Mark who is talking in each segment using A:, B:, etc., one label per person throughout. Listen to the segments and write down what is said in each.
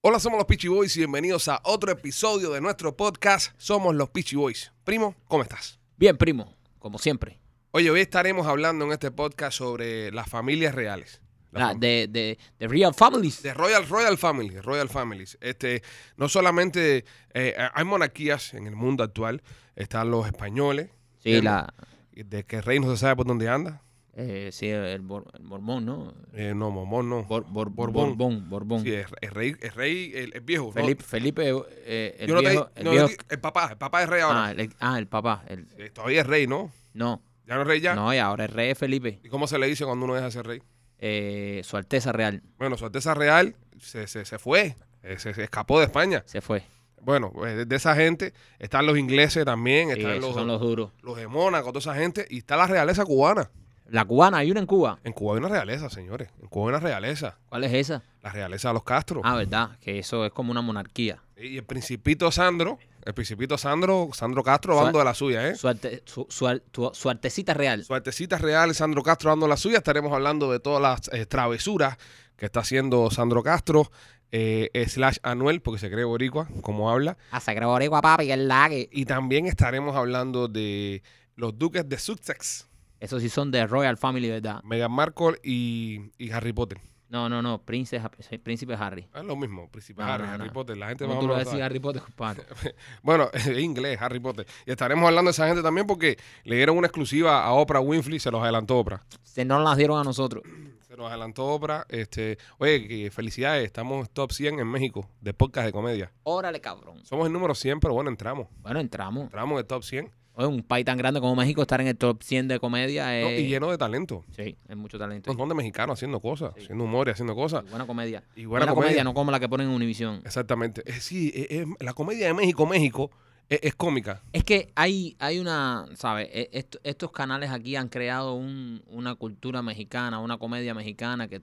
A: Hola, somos los Peachy Boys y bienvenidos a otro episodio de nuestro podcast. Somos los Peachy Boys. Primo, ¿cómo estás?
B: Bien, primo, como siempre.
A: Oye, hoy estaremos hablando en este podcast sobre las familias reales. Las
B: Ah,
A: fam-
B: de, de, de Real Families.
A: de Royal, Royal Family, Royal Families. Este, no solamente eh, hay monarquías en el mundo actual, están los españoles,
B: Sí, la,
A: de que el rey no se sabe por dónde anda.
B: eh, sí el, bor- el Mormón, ¿no?
A: Eh, no, Momón no.
B: Bor- bor-
A: Borbón.
B: Borbón. Borbón.
A: Sí, el, el rey, el rey, el, el viejo. ¿no?
B: Felipe, Felipe eh, el
A: Yo no te-
B: viejo. el
A: no,
B: viejo-
A: yo te- el papá, el papá es rey ahora.
B: ah, el, ah, el papá. el-
A: Eh, Todavía es rey, ¿no?
B: no,
A: Ya no es rey ya.
B: no, y ahora el rey es Felipe.
A: ¿Y cómo se le dice cuando uno deja de ser rey?
B: Eh, su Alteza Real
A: Bueno, su Alteza Real se, se- se fue, eh, se, se escapó de España.
B: se fue.
A: Bueno, pues, de, de esa gente están los ingleses también,
B: Sí,
A: están
B: Eh, esos
A: los,
B: son
A: los...
B: los duros.
A: de Mónaco, toda esa gente, y está la realeza cubana.
B: La cubana, hay una en Cuba.
A: En Cuba hay una realeza, señores. En Cuba hay una realeza.
B: ¿Cuál es esa?
A: La realeza de los Castro.
B: Ah, verdad, que eso es como una monarquía.
A: Y el principito Sandro, el principito Sandro, Sandro Castro
B: Su-
A: dando de la suya, ¿eh?
B: Su, arte- su, su ar- tu- su artecita real.
A: Su artecita real, Sandro Castro dando la suya. Estaremos hablando de todas las eh, travesuras que está haciendo Sandro Castro, eh, slash Anuel, porque se cree boricua, como habla.
B: A Sagrado Origua, papi, que es la que.
A: Y también estaremos hablando de los duques de Sussex,
B: Esos sí son de Royal Family, ¿verdad?
A: Meghan Markle y, y Harry Potter.
B: No, no, no, Príncipe, príncipe Harry.
A: Es lo mismo, Príncipe
B: No,
A: Harry,
B: no,
A: Harry
B: no.
A: Potter. La gente
B: ¿Cómo
A: más o
B: tú lo
A: menos
B: decís
A: sabe.
B: Harry Potter, compadre?
A: Bueno, es inglés, Harry Potter. Y estaremos hablando de esa gente también porque le dieron una exclusiva a Oprah Winfrey, se los adelantó Oprah.
B: Se nos las dieron a nosotros.
A: Se los adelantó Oprah. Este, oye, que felicidades, estamos top 100 en México de podcast de comedia.
B: Órale, cabrón.
A: Somos el número 100, pero bueno, entramos.
B: Bueno, entramos.
A: Entramos en el top 100
B: Oye, un país tan grande como México estar en el top 100 de comedia es...
A: ¿no? y lleno de talento.
B: Eh, Sí, es mucho talento.
A: Un montón de mexicanos haciendo cosas, haciendo humor y haciendo cosas.
B: Y buena comedia.
A: Y buena
B: comedia.
A: comedia.
B: no como la que ponen en Univisión.
A: Exactamente. Eh, sí, eh, eh, la comedia de México, México, eh, es, cómica.
B: Es que hay, hay una, ¿sabes? E- est- estos canales aquí han creado un- una cultura mexicana, una comedia mexicana que,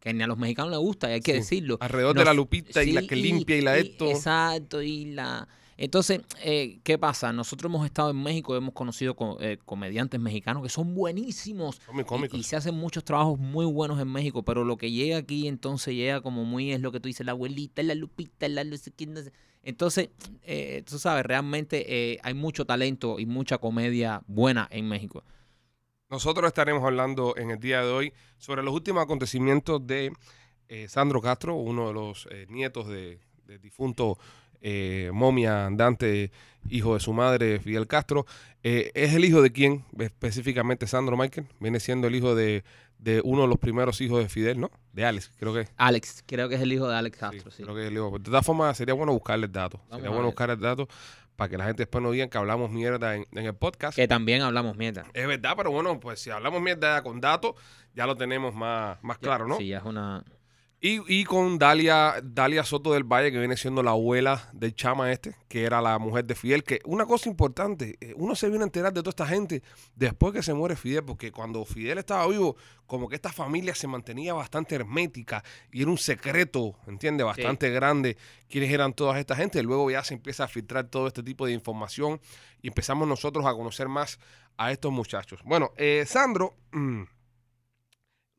B: que ni a los mexicanos les gusta, y hay que
A: Sí.
B: decirlo.
A: Alrededor de
B: Nos-
A: la lupita y la
B: sí,
A: que limpia y la esto.
B: Exacto, y la... Entonces, eh, ¿qué pasa? Nosotros hemos estado en México, hemos conocido co- eh, comediantes mexicanos que son buenísimos.
A: Son muy
B: y-
A: cómicos.
B: Y, se hacen muchos trabajos muy buenos en México, pero lo que llega aquí entonces llega como muy, es lo que tú dices, la abuelita, la lupita, la luz. Entonces, eh, tú sabes, realmente eh, hay mucho talento y mucha comedia buena en México.
A: Nosotros estaremos hablando en el día de hoy sobre los últimos acontecimientos de eh, Sandro Castro, uno de los eh, nietos de- del difunto eh, momia andante, hijo de su madre, Fidel Castro. Eh, ¿Es el hijo de quién? Específicamente Sandro Michael. Viene siendo el hijo de, de uno de los primeros hijos de Fidel, ¿no? De Alex, creo que es.
B: Alex, creo que es el hijo de Alex
A: Sí,
B: Castro. sí.
A: creo que le digo. De todas formas, sería bueno buscarle el dato.
B: Vamos
A: sería
B: a
A: bueno
B: ver.
A: buscar el dato para que la gente después no diga que hablamos mierda en, en el podcast.
B: Que también hablamos mierda.
A: Es verdad, pero bueno, pues si hablamos mierda con datos, ya lo tenemos más, más claro, ¿no?
B: Sí, ya es una...
A: Y, y con Dalia, Dalia Soto del Valle, que viene siendo la abuela del chama este, que era la mujer de Fidel, que una cosa importante, eh, uno se viene a enterar de toda esta gente después que se muere Fidel, porque cuando Fidel estaba vivo, como que esta familia se mantenía bastante hermética y era un secreto, ¿entiendes? Bastante grande quiénes eran todas esta gente. Luego ya se empieza a filtrar todo este tipo de información y empezamos nosotros a conocer más a estos muchachos. Bueno, eh, Sandro, mm,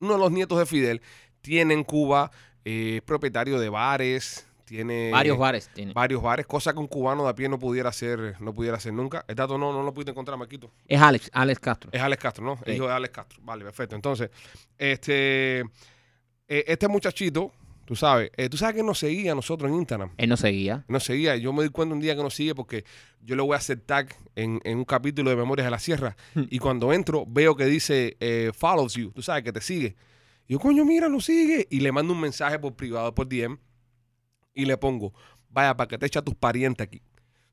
A: uno de los nietos de Fidel, tiene en Cuba eh, propietario de bares, tiene
B: Varios bares tiene.
A: varios bares, cosa que un cubano de a pie no pudiera hacer, no pudiera hacer nunca. El dato no, no lo pudiste encontrar, Marquito.
B: Es Alex, Alex Castro.
A: Es Alex Castro, ¿no?
B: Sí.
A: Hijo de Alex Castro. Vale, perfecto. Entonces, este, eh, este muchachito, tú sabes, eh, tú sabes que nos seguía a nosotros en Instagram.
B: Él no seguía.
A: No seguía. Yo me di cuenta un día que no sigue porque yo le voy a hacer tag en, en un capítulo de Memorias de la Sierra.
B: Hmm.
A: y cuando entro, veo que dice eh, follows you. Tú sabes que te sigue. Y yo, coño, mira, lo sigue. Y le mando un mensaje por privado, por DM. Y le pongo, vaya, para que te echa tus parientes aquí.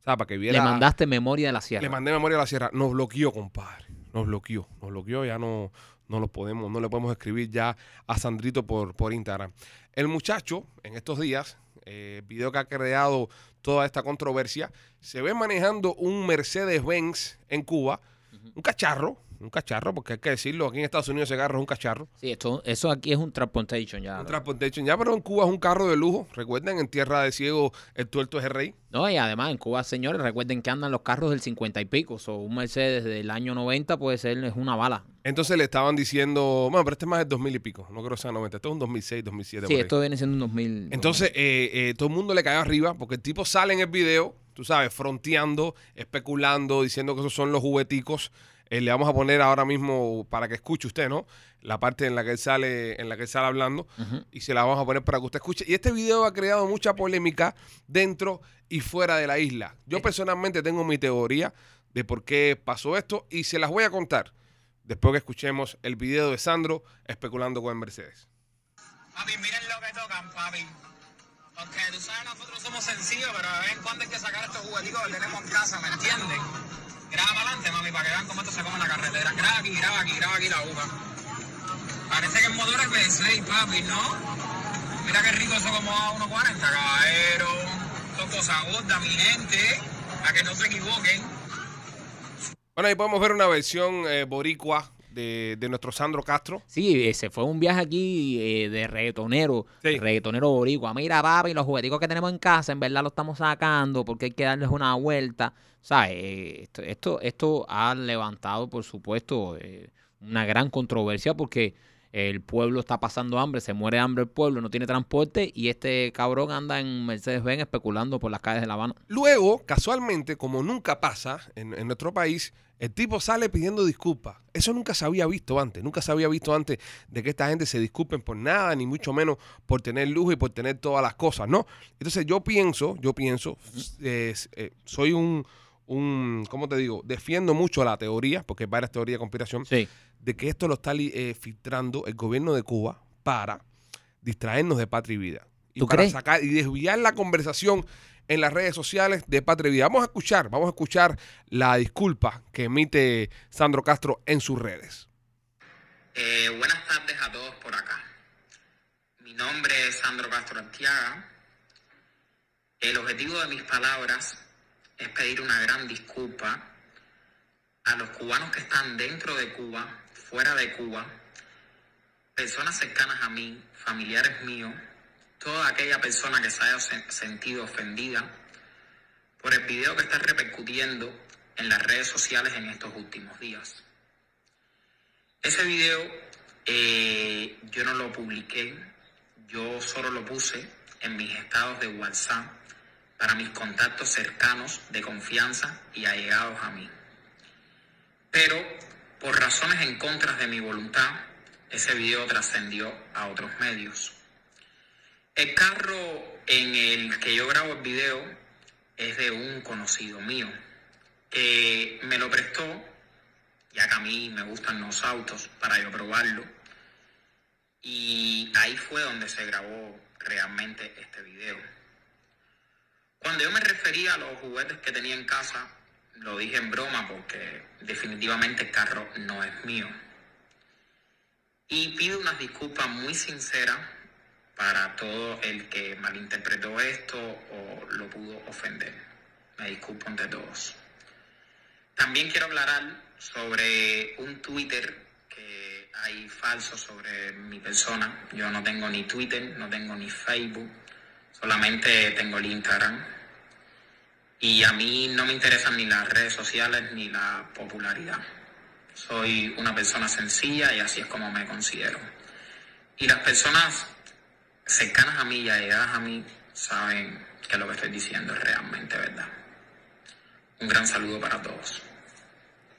A: O sea, para que viera.
B: Le mandaste memoria de la sierra.
A: Le mandé memoria a la sierra. Nos bloqueó, compadre. Nos bloqueó. Nos bloqueó. Ya no, no lo podemos, no le podemos escribir ya a Sandrito por, por Instagram. El muchacho, en estos días, eh, el video que ha creado toda esta controversia, se ve manejando un Mercedes-Benz en Cuba, un cacharro, Un cacharro, porque hay que decirlo, aquí en Estados Unidos ese carro es un cacharro.
B: Sí, esto, eso aquí es un transportation ya.
A: Un transportation. Ya, pero en Cuba es un carro de lujo. Recuerden, en Tierra de Ciego el tuerto es el rey.
B: No, y además en Cuba, señores, recuerden que andan los carros del 50 y pico. So, un Mercedes del año 90 puede ser es una bala.
A: Entonces le estaban diciendo, bueno, pero este es más del 2000 y pico. No creo que sea 90. Esto es un 2006, 2007.
B: Sí,
A: por ahí.
B: esto viene siendo un 2000.
A: Entonces eh, eh, todo el mundo le cayó arriba porque el tipo sale en el video, tú sabes, fronteando, especulando, diciendo que esos son los jugueticos. Eh, le vamos a poner ahora mismo para que escuche usted, ¿no? La parte en la que él sale, en la que él sale hablando
B: Ujú.
A: y se la vamos a poner para que usted escuche. Y este video ha creado mucha polémica dentro y fuera de la isla. Yo personalmente tengo mi teoría de por qué pasó esto y se las voy a contar después que escuchemos el video de Sandro especulando con el Mercedes.
C: Papi, miren lo que tocan, papi. Porque tú sabes, nosotros somos sencillos, pero de vez en cuando hay que sacar estos jugueticos que tenemos en casa, ¿me entiendes? Graba para adelante, mami, para que vean cómo esto se come en la carretera. Graba aquí, graba aquí, graba aquí la uva. Parece que el motor es V6, papi, ¿no? Mira qué rico eso como a 1.40, caballero. Son cosas gordas, mi gente. Para que no se equivoquen.
A: Bueno, ahí podemos ver una versión eh, boricua de, de nuestro Sandro Castro.
B: Sí, eh, se fue un viaje aquí eh, de reggaetonero,
A: Sí.
B: reggaetonero boricua. Mira, papi, los jugueticos que tenemos en casa, en verdad los estamos sacando porque hay que darles una vuelta. ¿Sabes? Eh, Esto, esto, esto ha levantado, por supuesto, eh, una gran controversia porque el pueblo está pasando hambre, se muere hambre el pueblo, no tiene transporte y este cabrón anda en Mercedes-Benz especulando por las calles de La Habana.
A: Luego, casualmente, como nunca pasa en, en nuestro país, el tipo sale pidiendo disculpas. Eso nunca se había visto antes. Nunca se había visto antes de que esta gente se disculpen por nada, ni mucho menos por tener lujo y por tener todas las cosas, ¿no? Entonces yo pienso, yo pienso, eh, eh, soy un, un, ¿cómo te digo? Defiendo mucho la teoría, porque hay varias teorías de conspiración,
B: Sí.
A: de que esto lo está li- eh, filtrando el gobierno de Cuba para distraernos de Patria y Vida. Y
B: ¿Tú
A: para
B: crees?
A: sacar y desviar la conversación en las redes sociales de Patria y Vida. Vamos a escuchar, vamos a escuchar la disculpa que emite Sandro Castro en sus redes.
C: Eh, buenas tardes a todos por acá. Mi nombre es Sandro Castro Antiaga. El objetivo de mis palabras es pedir una gran disculpa a los cubanos que están dentro de Cuba, fuera de Cuba, personas cercanas a mí, familiares míos, toda aquella persona que se haya sen- sentido ofendida por el video que está repercutiendo en las redes sociales en estos últimos días. Ese video eh, yo no lo publiqué, yo solo lo puse en mis estados de WhatsApp para mis contactos cercanos de confianza y allegados a mí. Pero por razones en contra de mi voluntad, ese video trascendió a otros medios. El carro en el que yo grabo el video es de un conocido mío que me lo prestó ya que a mí me gustan los autos para yo probarlo. Y ahí fue donde se grabó realmente este video. Cuando yo me refería a los juguetes que tenía en casa, lo dije en broma porque definitivamente el carro no es mío. Y pido unas disculpas muy sinceras para todo el que malinterpretó esto o lo pudo ofender. Me disculpo ante todos. También quiero aclarar sobre un Twitter que hay falso sobre mi persona. Yo no tengo ni Twitter, no tengo ni Facebook, solamente tengo el Instagram. Y a mí no me interesan ni las redes sociales ni la popularidad. Soy una persona sencilla y así es como me considero. Y las personas cercanas a mí y allegadas a mí saben que lo que estoy diciendo es realmente verdad. Un gran saludo para todos.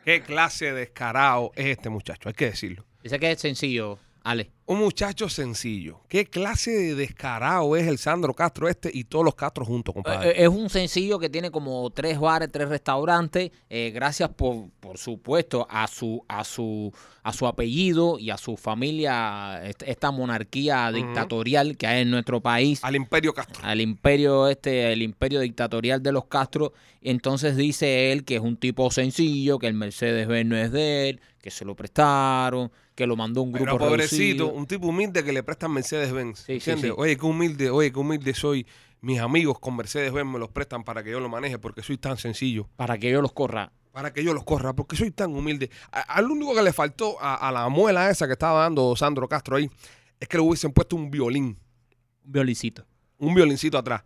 A: ¿Qué clase de descarado es este muchacho? Hay que decirlo.
B: Dice que es sencillo, Ale.
A: Un muchacho sencillo. ¿Qué clase de descarado es el Sandro Castro este y todos los Castros juntos, compadre?
B: Eh, eh, Es un sencillo que tiene como tres bares, tres restaurantes. eh, gracias por, por supuesto, a su, a su, a su apellido y a su familia, est- esta monarquía dictatorial que hay en nuestro país
A: Al Imperio Castro.
B: al imperio este, el imperio dictatorial de los Castro. Entonces dice él que es un tipo sencillo, que el Mercedes Benz no es de él, que se lo prestaron, que lo mandó un grupo
A: Pero pobrecito,
B: reducido.
A: un tipo humilde que le prestan Mercedes-Benz.
B: Sí, sí,
A: ¿entiendes?
B: sí.
A: Oye, qué humilde, oye, qué humilde soy. Mis amigos con Mercedes-Benz me los prestan para que yo lo maneje porque soy tan sencillo.
B: para que yo los corra.
A: para que yo los corra, porque soy tan humilde. A- Al único que le faltó a, a la muela esa que estaba dando Sandro Castro ahí es que le hubiesen puesto un violín,
B: Un violicito.
A: un violincito atrás.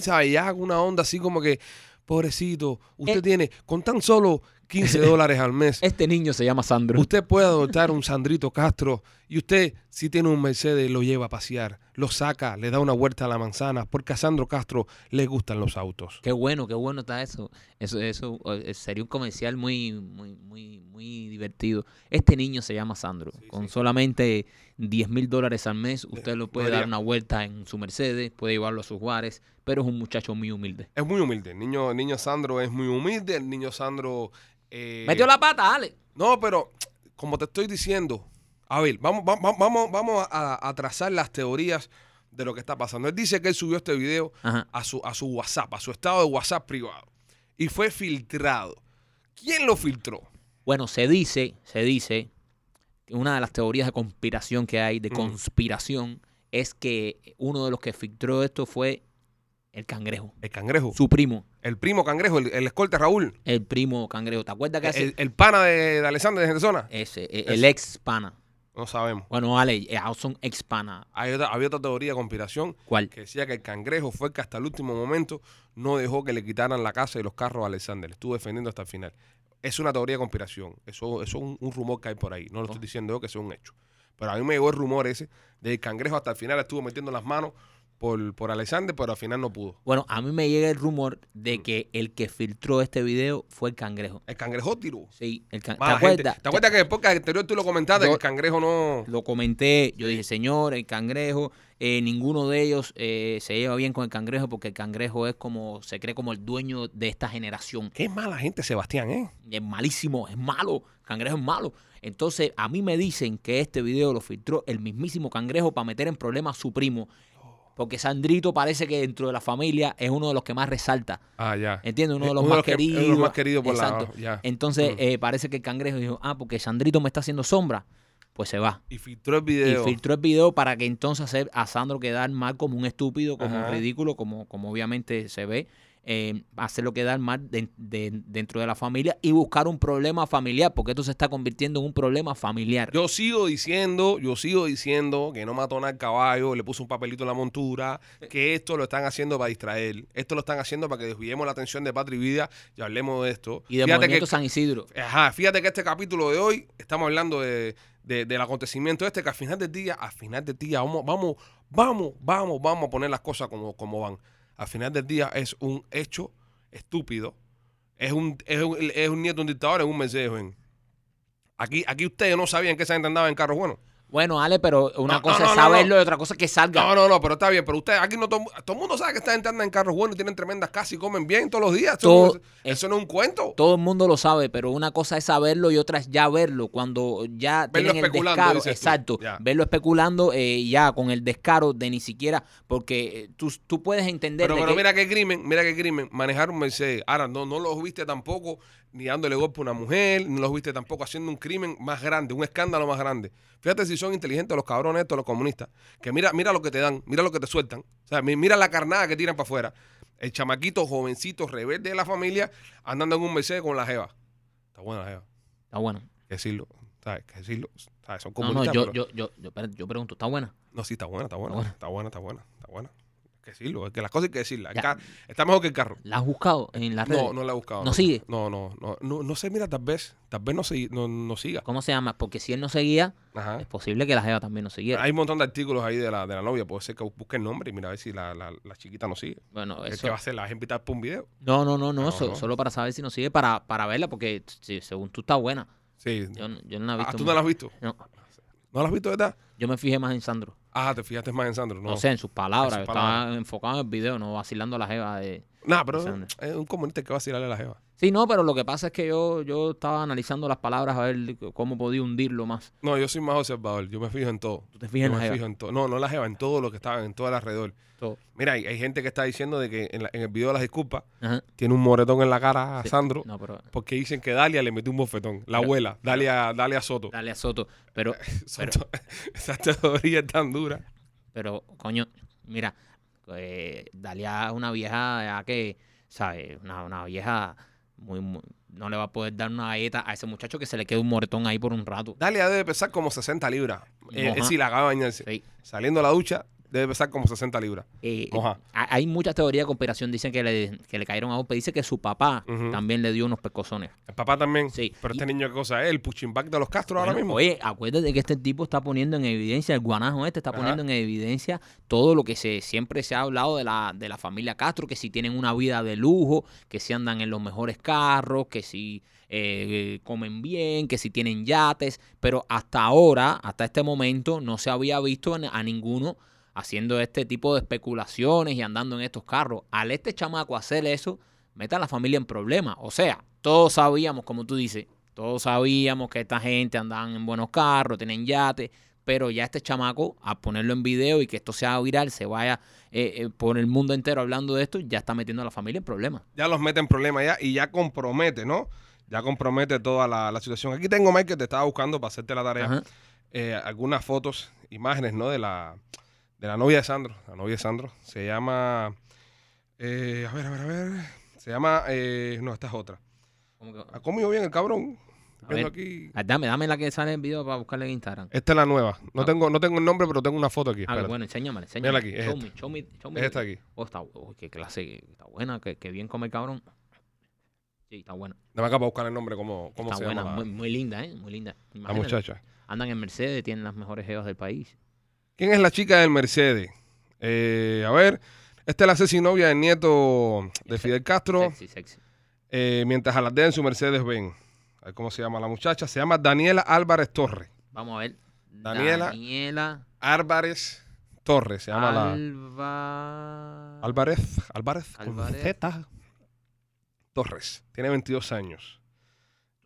A: ¿Sabes? Ya con una onda así como que, pobrecito, usted
B: Eh.
A: tiene con tan solo 15 dólares al mes.
B: Este niño se llama Sandro.
A: Usted puede adoptar un Sandrito Castro y usted, si tiene un Mercedes, lo lleva a pasear, lo saca, le da una vuelta a la manzana, porque a Sandro Castro le gustan los autos.
B: Qué bueno, qué bueno está eso. Eso, eso eh, sería un comercial muy, muy, muy, muy divertido. Este niño se llama Sandro. Con solamente 10 mil dólares al mes, usted lo puede dar
A: podría.
B: una vuelta en su Mercedes, puede llevarlo a sus bares, pero es un muchacho muy humilde.
A: Es muy humilde. El niño, el niño Sandro es muy humilde. El niño Sandro. eh,
B: Metió la pata, Ale.
A: No, pero como te estoy diciendo, a ver, vamos, va- va- vamos, vamos a, a trazar las teorías de lo que está pasando. Él dice que él subió este video
B: Ajá.
A: a su, a su WhatsApp, a su estado de WhatsApp privado. Y fue filtrado. ¿Quién lo filtró?
B: Bueno, se dice, se dice, que una de las teorías de conspiración que hay, de
A: Ujú.
B: conspiración, es que uno de los que filtró esto fue el cangrejo,
A: El cangrejo.
B: su primo,
A: El primo cangrejo, el, el escolta Raúl.
B: el primo cangrejo. ¿Te acuerdas que hace?
A: El, el pana de, de Alexander de Genzona.
B: Ese, e-
A: Ese.
B: el ex pana.
A: No sabemos.
B: Bueno, Ale, eh, son ex pana.
A: Hay otra- había otra teoría de conspiración
B: ¿Cuál?
A: que decía que el cangrejo fue el que hasta el último momento no dejó que le quitaran la casa y los carros a Alexander. Estuvo defendiendo hasta el final. Es una teoría de conspiración. Eso, eso es un, un rumor que hay por ahí. No lo
B: Oh.
A: estoy diciendo yo que sea un hecho. Pero a mí me llegó el rumor ese de que el cangrejo hasta el final estuvo metiendo las manos por, por Alexander, pero al final no pudo.
B: Bueno, a mí me llega el rumor
A: Mm.
B: de que el que filtró este video fue el cangrejo.
A: El cangrejo tiró.
B: Sí, el can-
A: Mala
B: ¿Te
A: gente.
B: acuerdas?
A: ¿Te acuerdas que después que anterior tú lo comentaste?
B: Yo-
A: que el cangrejo no.
B: Lo comenté, yo dije, señor, el cangrejo, eh, ninguno de ellos eh, se lleva bien con el cangrejo porque el cangrejo es como, se cree como el dueño de esta generación.
A: Qué mala gente, Sebastián, ¿eh?
B: Es malísimo, es malo, el cangrejo es malo. Entonces, a mí me dicen que este video lo filtró el mismísimo cangrejo para meter en problemas a su primo. Porque Sandrito parece que dentro de la familia es uno de los que más resalta.
A: Ah, ya.
B: ¿Entiendes? Uno
A: Eh,
B: de los
A: uno de
B: más
A: los que- uno de los
B: queridos.
A: más queridos por la-
B: Exacto.
A: ya.
B: Entonces
A: Mm.
B: eh, parece que el cangrejo dijo, ah, porque Sandrito me está haciendo sombra, pues se va.
A: Y filtró el
B: Y
A: video.
B: filtró el video para que entonces hacer a Sandro quedar mal como un estúpido, como
A: Ajá.
B: un ridículo, como, como obviamente se ve. eh, hacerlo quedar mal de- de- dentro de la familia y buscar un problema familiar, porque esto se está convirtiendo en un problema familiar.
A: Yo sigo diciendo, yo sigo diciendo que no mató nada al caballo, le puso un papelito en la montura, que esto lo están haciendo para distraer, esto lo están haciendo para que desviemos la atención de Patria y Vida y hablemos de esto.
B: y de
A: fíjate
B: Movimiento
A: que,
B: San Isidro.
A: ajá, fíjate que este capítulo de hoy estamos hablando de, de- del acontecimiento este, que al final del día, al final del día, vamos, vamos, vamos, vamos, vamos a poner las cosas como, como van. Al final del día es un hecho estúpido, es un, es un, es un nieto de un dictador, es un Mercedes. Benz. Aquí, aquí ustedes no sabían que esa gente andaba en carros buenos.
B: Bueno, Ale, pero una
A: No,
B: cosa
A: no,
B: es
A: no, no,
B: saberlo
A: no.
B: y otra cosa es que salga.
A: No, no, no, pero está bien. Pero ustedes, aquí no todo, todo el mundo sabe que esta gente anda en carros buenos y tienen tremendas casas y comen bien todos los días. Eso,
B: Todo-
A: no, es- eso no es un cuento.
B: Todo el mundo lo sabe, pero una cosa es saberlo y otra es ya verlo. Cuando ya
A: Verlo
B: tienen el
A: especulando,
B: descaro,
A: dices tú.
B: exacto,
A: Ya.
B: verlo especulando eh, ya con el descaro de ni siquiera, porque eh, tú, tú puedes entender
A: Pero,
B: de
A: pero
B: que-
A: mira qué crimen, mira qué crimen. Manejar un Mercedes. Ahora, no, no los viste tampoco ni dándole golpe a una mujer, no los viste tampoco haciendo un crimen más grande, un escándalo más grande. Fíjate si son inteligentes los cabrones estos, los comunistas. Que mira, mira lo que te dan, mira lo que te sueltan. O sea, mi- mira la carnada que tiran para afuera. El chamaquito, jovencito, rebelde de la familia, andando en un Mercedes con la jeva. Está buena la jeva.
B: Está bueno.
A: que decirlo, ¿sabes? Que decirlo, ¿sabes? Son
B: No, no,
A: comunistas, no,
B: yo, yo, yo, yo, espérate, yo pregunto, ¿está buena?
A: no, sí, está buena, está buena,
B: Bueno.
A: está buena, está buena, está buena. Hay que decirlo, es que las cosas hay que decirlas. El
B: Ya.
A: ca- Está mejor que el carro.
B: ¿La has buscado en las redes?
A: No, no la he buscado.
B: ¿No sigue?
A: No, no, no, no, no sé, mira, tal vez, tal vez no, se, no, no siga.
B: ¿Cómo se llama? Porque si él no seguía,
A: Ajá.
B: es posible que la Jeva también no siguiera.
A: Hay un montón de artículos ahí de la, de la novia, puede ser que busque el nombre y mira a ver si la, la, la chiquita no sigue.
B: bueno,
A: Es
B: Pues eso.
A: que va a hacer? ¿La vas a invitar por un video?
B: No, no, no, no,
A: No,
B: so-
A: no.
B: solo para saber si nos sigue, para, para verla, porque si- según tú está buena.
A: Sí.
B: Yo, no- yo no la he
A: Ah,
B: visto.
A: ¿Tú no la has visto?
B: mucho. No,
A: ¿No la has visto, verdad?
B: yo me fijé más en Sandro.
A: Ah, te fijaste más en Sandro, ¿no?
B: No sé, en sus palabras.
A: En sus
B: estaba
A: palabras.
B: enfocado en el video, no vacilando a la jeva de...
A: Nah, pero
B: Sandro.
A: es un comunista que va a decirle a la jeva.
B: Sí, no, pero lo que pasa es que yo, yo estaba analizando las palabras a ver cómo podía hundirlo más.
A: No, yo soy más observador, yo me fijo en todo.
B: Tú te fijas en
A: Yo
B: la
A: me
B: jeva.
A: fijo en todo. No, no la jeva, en todo lo que estaba, en todo el alrededor.
B: Todo.
A: Mira, hay, hay gente que está diciendo de que en, la- en el video de las disculpas
B: Ajá.
A: tiene un moretón en la cara a
B: Sí.
A: Sandro
B: No, pero
A: porque dicen que Dalia le metió un bofetón. La abuela, Dalia, Dalia Soto.
B: dale a Soto. Pero,
A: Soto. Esa teoría es tan dura.
B: pero coño, mira, eh, dale a una vieja ya que, ¿sabes? Una, una vieja muy, muy- no le va a poder dar una galleta a ese muchacho que se le quede un moretón ahí por un rato.
A: Dalia debe pesar como 60 libras. Eh,
B: Ajá.
A: es decir, la acaba de bañarse.
B: Sí.
A: Saliendo a la ducha, debe pesar como 60 libras.
B: Eh, eh,
A: Ajá.
B: ha- hay muchas teorías de conspiración. Dicen que le, que le cayeron a Ope. Dice que su papá
A: Ujú.
B: también le dio unos pescozones.
A: El papá también.
B: Sí.
A: Pero este niño, ¿qué cosa es? El pushing back de los Castro ahora
B: Bueno,
A: mismo.
B: Oye, acuérdate que este tipo está poniendo en evidencia, el guanajo este está
A: Ajá.
B: poniendo en evidencia todo lo que se siempre se ha hablado de la, de la familia Castro, que si tienen una vida de lujo, que si andan en los mejores carros, que si eh, comen bien, que si tienen yates, pero hasta ahora, hasta este momento, no se había visto en- a ninguno haciendo este tipo de especulaciones y andando en estos carros. Al este chamaco hacer eso, meta a la familia en problemas. O sea, todos sabíamos, como tú dices, todos sabíamos que esta gente andaban en buenos carros, tienen yates, pero ya este chamaco, a ponerlo en video y que esto sea viral, se vaya eh, eh, por el mundo entero hablando de esto, ya está metiendo a la familia en problemas.
A: Ya los mete en problemas ya y ya compromete, ¿no? Ya compromete toda la, la situación. Aquí tengo, Mike, que te estaba buscando para hacerte la tarea.
B: Ajá.
A: eh, algunas fotos, imágenes, ¿no? De la, de la novia de Sandro. La novia de Sandro. Se llama. eh, a ver, a ver, a ver. Se llama. eh, no, esta es otra.
B: Como que-
A: Ha comido bien el cabrón.
B: A
A: Viendo
B: ver.
A: aquí.
B: Ah, dame, dame la que sale en el video para buscarla en Instagram.
A: Esta es la nueva. No,
B: Ah.
A: tengo, no tengo el nombre, pero tengo una foto aquí.
B: Ah,
A: espérate.
B: bueno, enséñamela, enséñamela.
A: Mírala aquí, es
B: Show
A: esta.
B: me, show me, show me.
A: es esta aquí.
B: Oh, está, oh, qué clase, que- está buena, que, que bien come el cabrón. Sí, está buena.
A: Dame acá para buscar el nombre, cómo, cómo
B: Está
A: se
B: buena,
A: llama
B: muy,
A: la,
B: muy linda, ¿eh? Muy linda.
A: la
B: Imagínate,
A: muchacha.
B: Andan en Mercedes, tienen las mejores jevas del país.
A: ¿Quién es la chica del Mercedes? Eh, a ver. Esta es la Ceci novia del nieto de
B: Ese-
A: Fidel Castro.
B: Sexy, sexy.
A: eh, mientras alardea en su Mercedes Benz. A ver cómo se llama la muchacha. Se llama Daniela Álvarez Torres.
B: Vamos a ver.
A: Daniela.
B: Daniela
A: Álvarez Torres, se llama la.
B: Alba...
A: Álvarez, Álvarez, con
B: Álvarez.
A: Z. Torres, tiene 22 años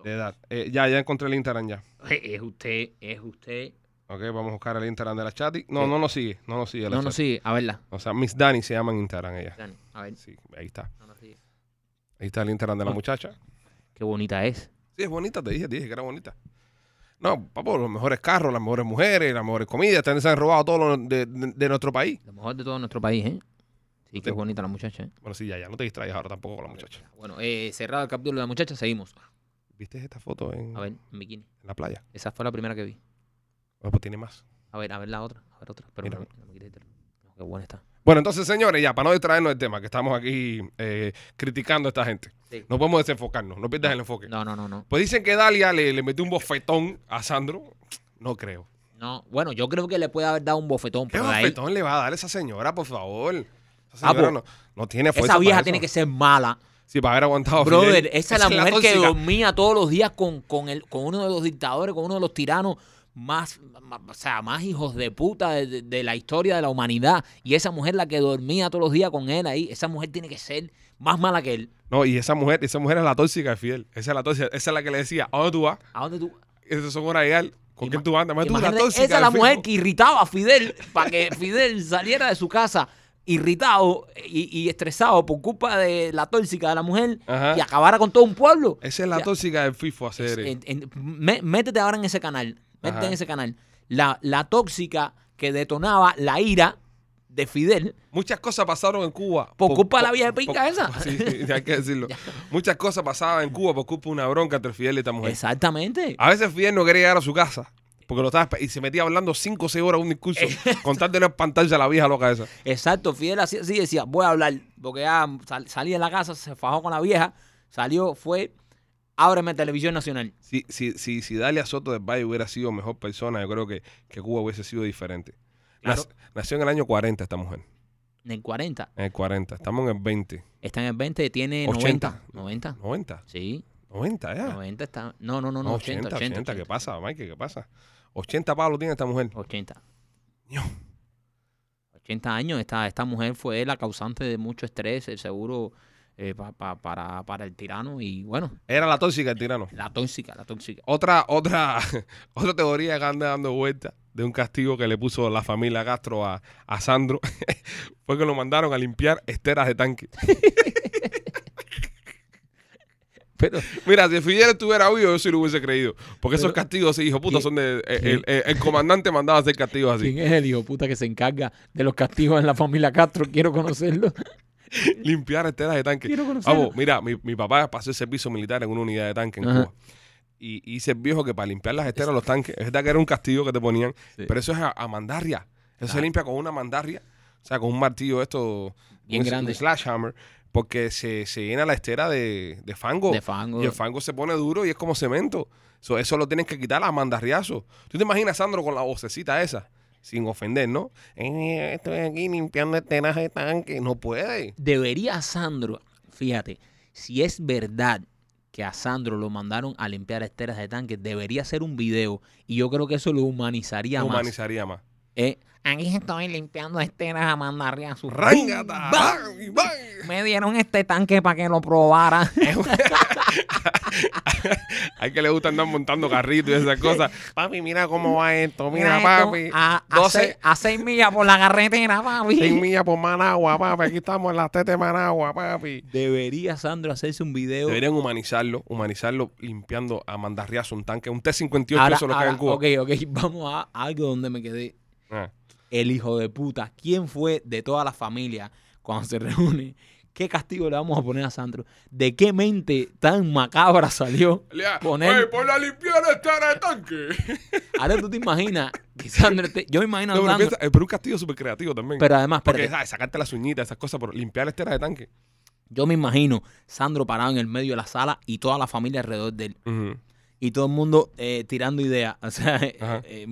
A: de edad. Eh, ya, ya encontré el Instagram ya.
B: Eh, Es usted, es usted.
A: Ok, vamos a buscar el Instagram de la Chati. No,
B: Sí.
A: no nos sigue, no nos sigue la
B: No, no
A: Chati.
B: sigue. A verla.
A: O sea, Miss Dani se llama en Instagram ella.
B: Dani, a ver.
A: Sí, ahí está.
B: No, no sigue.
A: Ahí está el Instagram de la
B: Ok.
A: muchacha.
B: Qué bonita es.
A: Sí, es bonita, te dije, te dije que era bonita. No, papo, los mejores carros, las mejores mujeres, las mejores comidas, te han- se han robado todo lo de, de- de nuestro país.
B: Lo mejor de todo nuestro país, ¿eh? Sí, que
A: Usted-
B: es bonita la muchacha, ¿eh?
A: Bueno, sí, ya, ya, no te distraigas ahora tampoco con la muchacha.
B: Bueno, eh, cerrado el capítulo de la muchacha, seguimos.
A: ¿Viste esta foto en,
B: A
A: en
B: ver, en bikini.
A: la playa?
B: Esa fue la primera que vi.
A: Bueno, pues tiene más.
B: A ver, a ver la otra. A ver otra. Pero
A: Mira.
B: no, no me quites el teléfono. No, Qué buena está.
A: Bueno, entonces, señores, ya, para no distraernos del tema, que estamos aquí eh, criticando a esta gente.
B: Sí.
A: No podemos desenfocarnos, no pierdas el enfoque.
B: No, no, no, no.
A: Pues dicen que Dalia le, le metió un bofetón a Sandro. No creo.
B: No, bueno, yo creo que le puede haber dado un bofetón,
A: ¿Qué
B: pero de ahí.
A: bofetón le va a dar esa señora, por favor? Esa
B: Ah,
A: señora
B: pues,
A: no, no tiene fuerza.
B: Esa vieja
A: para
B: tiene que
A: eso.
B: ser mala.
A: Sí, para haber aguantado. a
B: Brother,
A: Fidel.
B: esa es la mujer que
A: tóxica.
B: dormía todos los días con, con, el, con uno de los dictadores, con uno de los tiranos más, más- o sea, más hijos de puta de, de- de la historia de la humanidad. Y esa mujer la que dormía todos los días con él ahí, esa mujer tiene que ser más mala que él.
A: No, y esa mujer, esa mujer es la tóxica de Fidel. Esa es la tóxica. Esa es la que le decía, ¿a dónde tú vas?
B: ¿A dónde tú?
A: Esas son horas de ¿Con quién tú andas? Más tú la
B: Imagínate,
A: tóxica.
B: esa es
A: de
B: la
A: Fidel.
B: mujer que irritaba a Fidel para que Fidel saliera de su casa irritado y, y estresado por culpa de la tóxica de la mujer
A: Ajá.
B: y acabara con todo un pueblo.
A: Esa es la
B: Ya.
A: tóxica del FIFO hacer.
B: Es-
A: eh.
B: en- en- mé- métete ahora en ese canal. Métete
A: Ajá.
B: en ese canal. La, la tóxica que detonaba la ira de Fidel.
A: Muchas cosas pasaron en Cuba.
B: Por culpa de la vieja
A: por-
B: pinca
A: por-
B: esa.
A: Sí, sí, hay que decirlo. Muchas cosas pasaban en Cuba por culpa de una bronca entre Fidel y esta mujer.
B: Exactamente.
A: A veces Fidel no quería llegar a su casa porque lo estaba esp- y se metía hablando 5 o 6 horas un discurso con tal de no espantarse a la vieja loca esa.
B: Exacto. Fidel así, así decía, voy a hablar. Porque ya sal- salí de la casa, se fajó con la vieja, salió, fue, ábreme Televisión Nacional.
A: Si, si, si, si Dalia Soto del Valle hubiera sido mejor persona, yo creo que, que Cuba hubiese sido diferente.
B: Claro.
A: Nac- Nació en el año 40 esta mujer.
B: En el 40.
A: En el 40. Estamos en el 20.
B: Está en el 20, tiene
A: 80.
B: 90. 90.
A: 90.
B: Sí,
A: 90 ya.
B: 90 está. No, no, no, no,
A: No,
B: 80, 80, 80,
A: Ah. ¿Qué pasa, Mike? ¿Qué pasa? 80 palos tiene esta mujer.
B: 80.
A: Ño.
B: 80 años, esta, esta mujer fue la causante de mucho estrés, eh, seguro, eh, pa- pa- para, para el tirano y bueno,
A: Era la tóxica el tirano.
B: la tóxica, la tóxica.
A: Otra, otra, otra teoría que anda dando vuelta de un castigo que le puso la familia Castro a, a Sandro fue que lo mandaron a limpiar esteras de tanque.
B: Pero,
A: Mira, si Fidel estuviera vivo, yo sí lo hubiese creído. Porque esos
B: Pero-
A: castigos, sí, hijo puta,
B: ¿Quién-
A: son de. eh,
B: quién-
A: El, eh, el comandante mandaba hacer castigos así.
B: es el hijo puta que se encarga de los castigos en la familia Castro? Quiero conocerlo.
A: limpiar esteras de tanque.
B: Quiero conocerlo.
A: Vamos, Ah, mira, mi, mi papá pasó el servicio militar en una unidad de tanque en
B: Ajá. Este.
A: Cuba. Y y hice el viejo que para limpiar las esteras de los tanques, es verdad que era un castigo que te ponían,
B: Sí.
A: pero eso es a, a mandarria. Eso se limpia con una mandarria, o sea, con un martillo esto.
B: Bien
A: un-
B: grande.
A: Un slash hammer, porque se, se llena la estera de, de fango.
B: De fango.
A: Y el fango se pone duro y es como cemento. So, eso lo tienes que quitar a mandarriazos. ¿Tú te imaginas, Sandro, con la vocecita esa? Sin ofender, ¿no? Eh, estoy aquí limpiando esteras de tanque. No puede.
B: Debería Sandro, fíjate, si es verdad que a Sandro lo mandaron a limpiar esteras de tanque, debería ser un video y yo creo que eso lo humanizaría
A: No
B: más.
A: humanizaría más.
B: Eh, aquí estoy limpiando esteras a mandarle a su
A: ¡Rángata!
B: ¡Bam!
A: ¡Bang! ¡Bang!
B: Me dieron este tanque para que lo probara.
A: Hay que le gusta andar montando carritos y esas cosas. Papi, mira cómo va esto. Mira,
B: esto,
A: papi.
B: A, a
A: 12.
B: seis, a seis millas por la carretera,
A: Seis
B: papi.
A: millas por Managua, papi. Aquí estamos en la tete de Managua, papi.
B: Debería Sandro hacerse un video.
A: Deberían humanizarlo, humanizarlo limpiando a mandarriazo un tanque. Un T-58
B: Ahora-
A: eso lo que hay
B: ahora,
A: en Cuba.
B: Ok, ok, vamos a algo donde me quedé.
A: Ah.
B: El hijo de puta. ¿Quién fue de toda la familia cuando se reúne? ¿Qué castigo le vamos a poner a Sandro? ¿De qué mente tan macabra salió?
A: Lea,
B: Poner-
A: "Ey, ponle a limpiar esta de tanque.
B: Ahora tú te imaginas que Sandro... te- yo me imagino a
A: No, pero,
B: Sandro-
A: piensa, eh, pero un castillo súper creativo también.
B: Pero además,
A: Porque,
B: espérate,
A: ¿sabes? Sacarte las uñitas, esas cosas, por limpiar estera de tanque.
B: yo me imagino Sandro parado en el medio de la sala y toda la familia alrededor de él.
A: Ujú.
B: Y todo el mundo eh, tirando ideas. O sea, eh,
A: Ajá.
B: eh,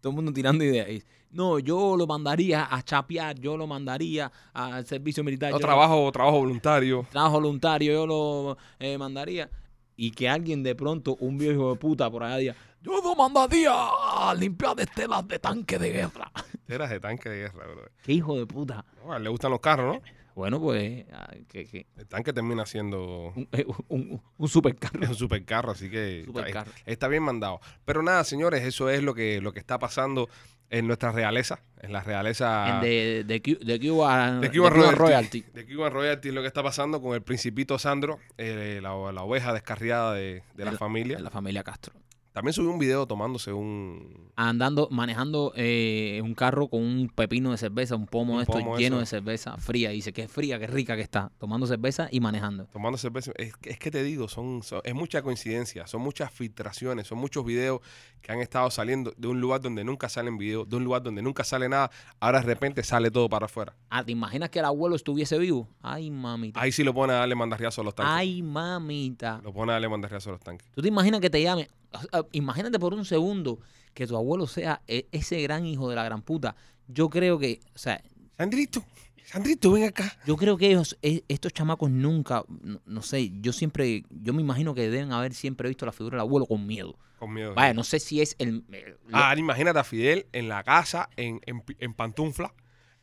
B: todo el mundo tirando ideas. Y, no, yo lo mandaría a chapear, yo lo mandaría al servicio militar.
A: No,
B: yo lo-
A: trabajo, trabajo voluntario.
B: trabajo voluntario, yo lo eh, mandaría. Y que alguien de pronto, un viejo de puta por allá diga, yo lo mandaría a limpiar estelas de tanque de guerra.
A: Esteras de tanque de guerra, bro.
B: Qué hijo de puta.
A: No, a él le gustan los carros, ¿no?
B: Bueno, pues, ah, que, que-
A: El tanque termina siendo
B: un, eh, un, un supercarro.
A: es un supercarro, así que está-
B: Supercarro.
A: Está, bien mandado. Pero nada, señores, eso es lo que, lo que está pasando en nuestra realeza, en la realeza...
B: En De, de, Cu- de Cuba,
A: Ah. De Cuba Royalty.
B: Royalty.
A: De Cuban Royalty es lo que está pasando con el principito Sandro, eh, la, la oveja descarriada de, de la
B: El-
A: familia.
B: De la familia Castro.
A: También subí un video tomándose un...
B: Andando, manejando eh, un carro con un pepino de cerveza, un pomo
A: Un
B: de esto
A: pomo de
B: lleno
A: eso.
B: de cerveza fría. Y dice que es fría, que rica que está. Tomando cerveza y manejando.
A: Tomando cerveza. Es, que- es que te digo, son, son- es mucha coincidencia, son muchas filtraciones, son muchos videos que han estado saliendo de un lugar donde nunca salen videos, de un lugar donde nunca sale nada. Ahora de repente sale todo para afuera.
B: Ah, ¿te imaginas que el abuelo estuviese vivo? Ay, mamita.
A: Ahí sí lo pone a darle mandarriazo a los tanques.
B: Ay, mamita.
A: Lo pone a darle mandarriazo a los tanques.
B: ¿Tú te imaginas que te llame? O sea, Imagínate por un segundo que tu abuelo sea e- ese gran hijo de la gran puta. Yo creo que, o sea,
A: Sandrito, Sandrito, ven acá.
B: yo creo que ellos, e- estos chamacos nunca, no, no sé, yo siempre, yo me imagino que deben haber siempre visto la figura del abuelo con miedo.
A: Con miedo.
B: Vaya, no sé si es el... el-
A: Ah, ahora imagínate a Fidel en la casa, en, en, pi- en pantufla,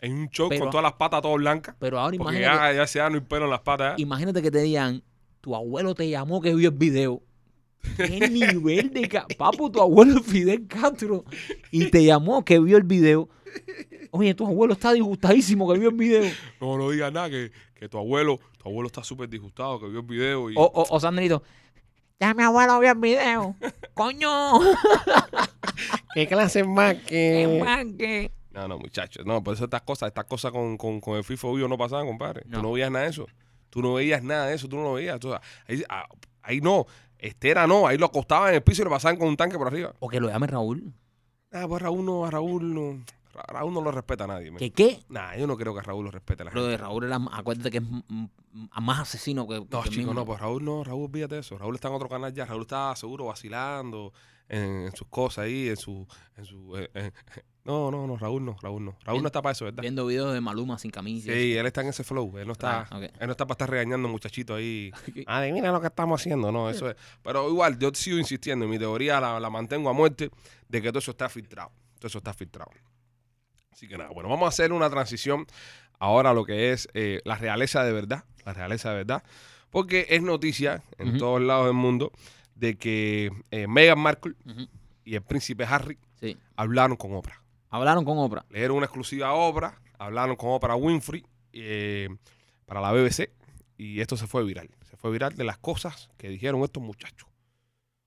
A: en un show
B: Pero-
A: con todas las patas todas blancas.
B: pero ahora
A: Porque
B: imagínate,
A: ya, ya se dan un pelo en las patas. ¿eh?
B: imagínate que te digan, tu abuelo te llamó que vio el video. ¿Qué nivel de... ca- Papo, tu abuelo es Fidel Castro. Y te llamó que vio el video. Oye, tu abuelo está disgustadísimo que vio el video.
A: No, no digas nada, que, que tu abuelo, tu abuelo está súper disgustado, que vio el video y...
B: O, o, o Sandrito, ya mi abuelo vio el video. ¡Coño!
A: ¿Qué clase más
B: ¡Qué manque!
A: No, no, muchachos. No, por eso estas cosas, estas cosas con, con, con el FIFA Obvio no pasaban, compadre.
B: No.
A: Tú no veías nada de eso. Tú no veías nada de eso, tú no lo veías. Entonces, ahí, ah, ahí no, Estera no, ahí lo acostaban en el piso y lo pasaban con un tanque por arriba.
B: O que lo llame Raúl.
A: Ah, pues Raúl no, a Raúl no. A Raúl no lo respeta a nadie. men.
B: ¿Que qué?
A: Nah, yo no creo que a Raúl lo respete a la
B: Lo
A: gente.
B: de Raúl era, acuérdate que es m- m- más asesino que.
A: No,
B: que
A: chicos,
B: mismo.
A: no, pues Raúl no, Raúl, fíjate eso. Raúl está en otro canal ya, Raúl está seguro vacilando en, en sus cosas ahí, en su... En su eh, eh. No, no, no, Raúl no, Raúl no. Raúl
B: Bien.
A: no está para eso, ¿verdad?
B: Viendo videos de Maluma sin camisa.
A: Sí, él está en ese flow. Él no está,
B: Ah, ok.
A: él no está para estar regañando muchachito ahí.
B: Ok.
A: Ah, de mira lo que estamos haciendo, no, eso es. Pero igual, yo sigo insistiendo, mi teoría la, la mantengo a muerte, de que todo eso está filtrado. Todo eso está filtrado. Así que nada, bueno, vamos a hacer una transición ahora a lo que es eh, la realeza de verdad. La realeza de verdad. Porque es noticia en
B: Ujú.
A: todos lados del mundo de que eh, Meghan Markle
B: Ujú,
A: y el príncipe Harry
B: sí.
A: hablaron con Oprah
B: Hablaron con Oprah.
A: le dieron una exclusiva obra, hablaron con Oprah Winfrey eh, para la BBC y esto se fue viral. Se fue viral de las cosas que dijeron estos muchachos.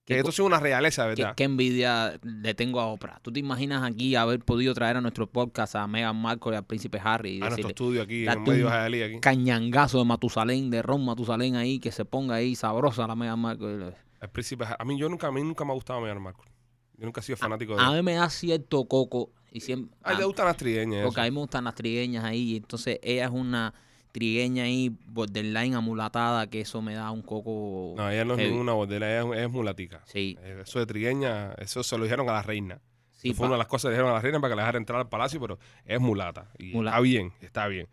A: Que
B: Qué
A: esto
B: co-
A: es una realeza,
B: ¿Qué,
A: ¿verdad?
B: qué envidia le tengo a Oprah. ¿Tú te imaginas aquí haber podido traer a nuestro podcast a Meghan Markle y al príncipe Harry y
A: a nuestro
B: decirle
A: estudio aquí,
B: date
A: en medio de
B: un
A: Jalí, aquí.
B: cañangazo de Matusalén, de Ron Matusalén ahí, que se ponga ahí sabrosa la Meghan Markle?
A: El príncipe, Ha- a mí yo nunca, a mí nunca me ha gustado Meghan Markle. Yo nunca he sido fanático de
B: A
A: él.
B: mí me da cierto coco y siempre...
A: Ay, le
B: a-
A: gustan las trigueñas.
B: Porque
A: eso.
B: a mí me gustan las trigueñas ahí. y Entonces ella es una trigueña ahí borderline amulatada que eso me da un coco...
A: No, ella no es
B: heavy.
A: ninguna bordela, ella es, es mulatica.
B: Sí,
A: Eh, Eso de trigueña, eso se lo dijeron a la reina.
B: sí,
A: fue
B: pa-
A: una de las cosas que le dijeron a la reina para que la dejara entrar al palacio, pero es mulata. Y
B: Mulata.
A: está bien, está bien.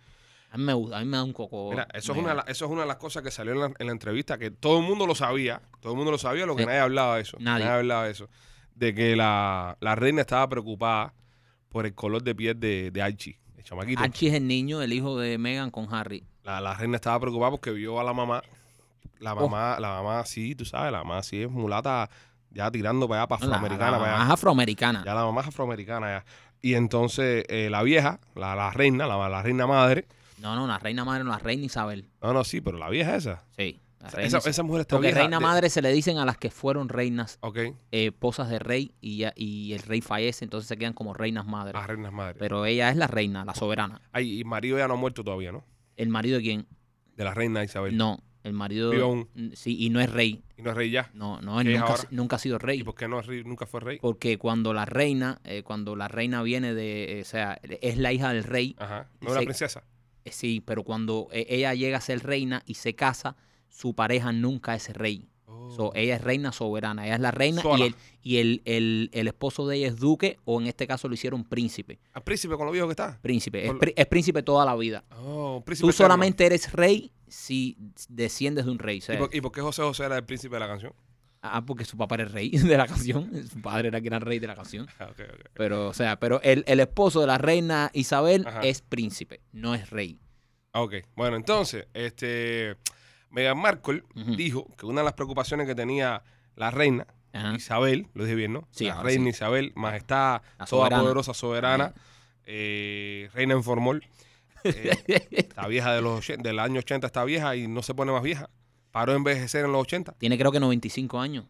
B: a, mí me, gusta- a mí me da un coco...
A: Mira, eso es,
B: me
A: una, de
B: da-
A: la- eso es una de las cosas que salió en la, en la entrevista, que todo el mundo lo sabía, todo el mundo lo sabía, lo que
B: Sí.
A: nadie hablaba de eso.
B: Nadie.
A: hablaba de eso. De que la, la reina estaba preocupada por el color de piel de, de Archie, el chamaquito.
B: Archie es el niño, el hijo de Megan con Harry.
A: La, la reina estaba preocupada porque vio a la mamá. La mamá, la mamá sí, tú sabes, la mamá sí es mulata, ya tirando para allá, para
B: La-
A: afroamericana,
B: la
A: para allá.
B: mamá es afroamericana.
A: Ya la mamá es afroamericana ya. Y entonces eh, la vieja, la, la reina, la, la reina madre.
B: No, no, la reina madre, no, la reina Isabel.
A: No, no, sí, pero la vieja esa.
B: Sí. la
A: Esa-
B: reina
A: esa,
B: Isabel.
A: esa mujer está
B: Porque
A: vieja
B: reina
A: de-
B: madre se le dicen a las que fueron reinas,
A: Ok,
B: eh, esposas de rey, y, ya- y el rey fallece, entonces se quedan como reinas madres.
A: las reinas madres.
B: Pero ella es la reina, la soberana.
A: Ay, y marido ya no ha muerto todavía, ¿no?
B: ¿El marido de quién?
A: De la reina Isabel.
B: No, el marido.
A: Pues, Vive aún.
B: Mm, Sí, y no es rey.
A: Y no es rey ya.
B: No, no, él
A: ¿Qué es
B: nunca,
A: ahora?
B: nunca ha sido
A: ¿Y
B: rey.
A: por qué no es rey- nunca fue rey?
B: Porque cuando la reina, eh, cuando la reina viene de, eh, o sea, es la hija del rey,
A: Ajá. No es la
B: Sí.
A: princesa.
B: eh, sí, pero cuando eh, ella llega a ser reina y se casa, su pareja nunca es rey.
A: Oh.
B: So, eh, ella es reina soberana, ella es la reina y,
A: Sola.
B: el, y el, el- el esposo de ella es duque o en este caso lo hicieron príncipe.
A: Al Ah, príncipe con lo viejo que está.
B: Príncipe, es,
A: Por-
B: pri- es príncipe toda la vida.
A: Oh, un príncipe
B: Tú
A: eterno.
B: solamente eres rey si desciendes de un rey. o sea,
A: ¿Y por, y por qué José José era el príncipe de la canción?
B: ah, porque su papá era el rey de la canción, su padre era el gran rey de la canción.
A: Ah, ok, ok.
B: Pero, o sea, pero el, el esposo de la reina Isabel
A: Ajá.
B: es príncipe, no es rey.
A: Ah, ok. Bueno, entonces, este. Meghan Markle
B: Ujú.
A: dijo que una de las preocupaciones que tenía la reina
B: Ajá.
A: Isabel, lo dije bien, ¿no?
B: Sí,
A: la
B: ahora
A: reina
B: sí.
A: Isabel, majestad,
B: La
A: toda
B: soberana.
A: poderosa soberana, eh, reina en formol. eh, está vieja de los 80, del año 80 está vieja y no se pone más vieja. Paró de envejecer en los 80.
B: Tiene creo que 95 años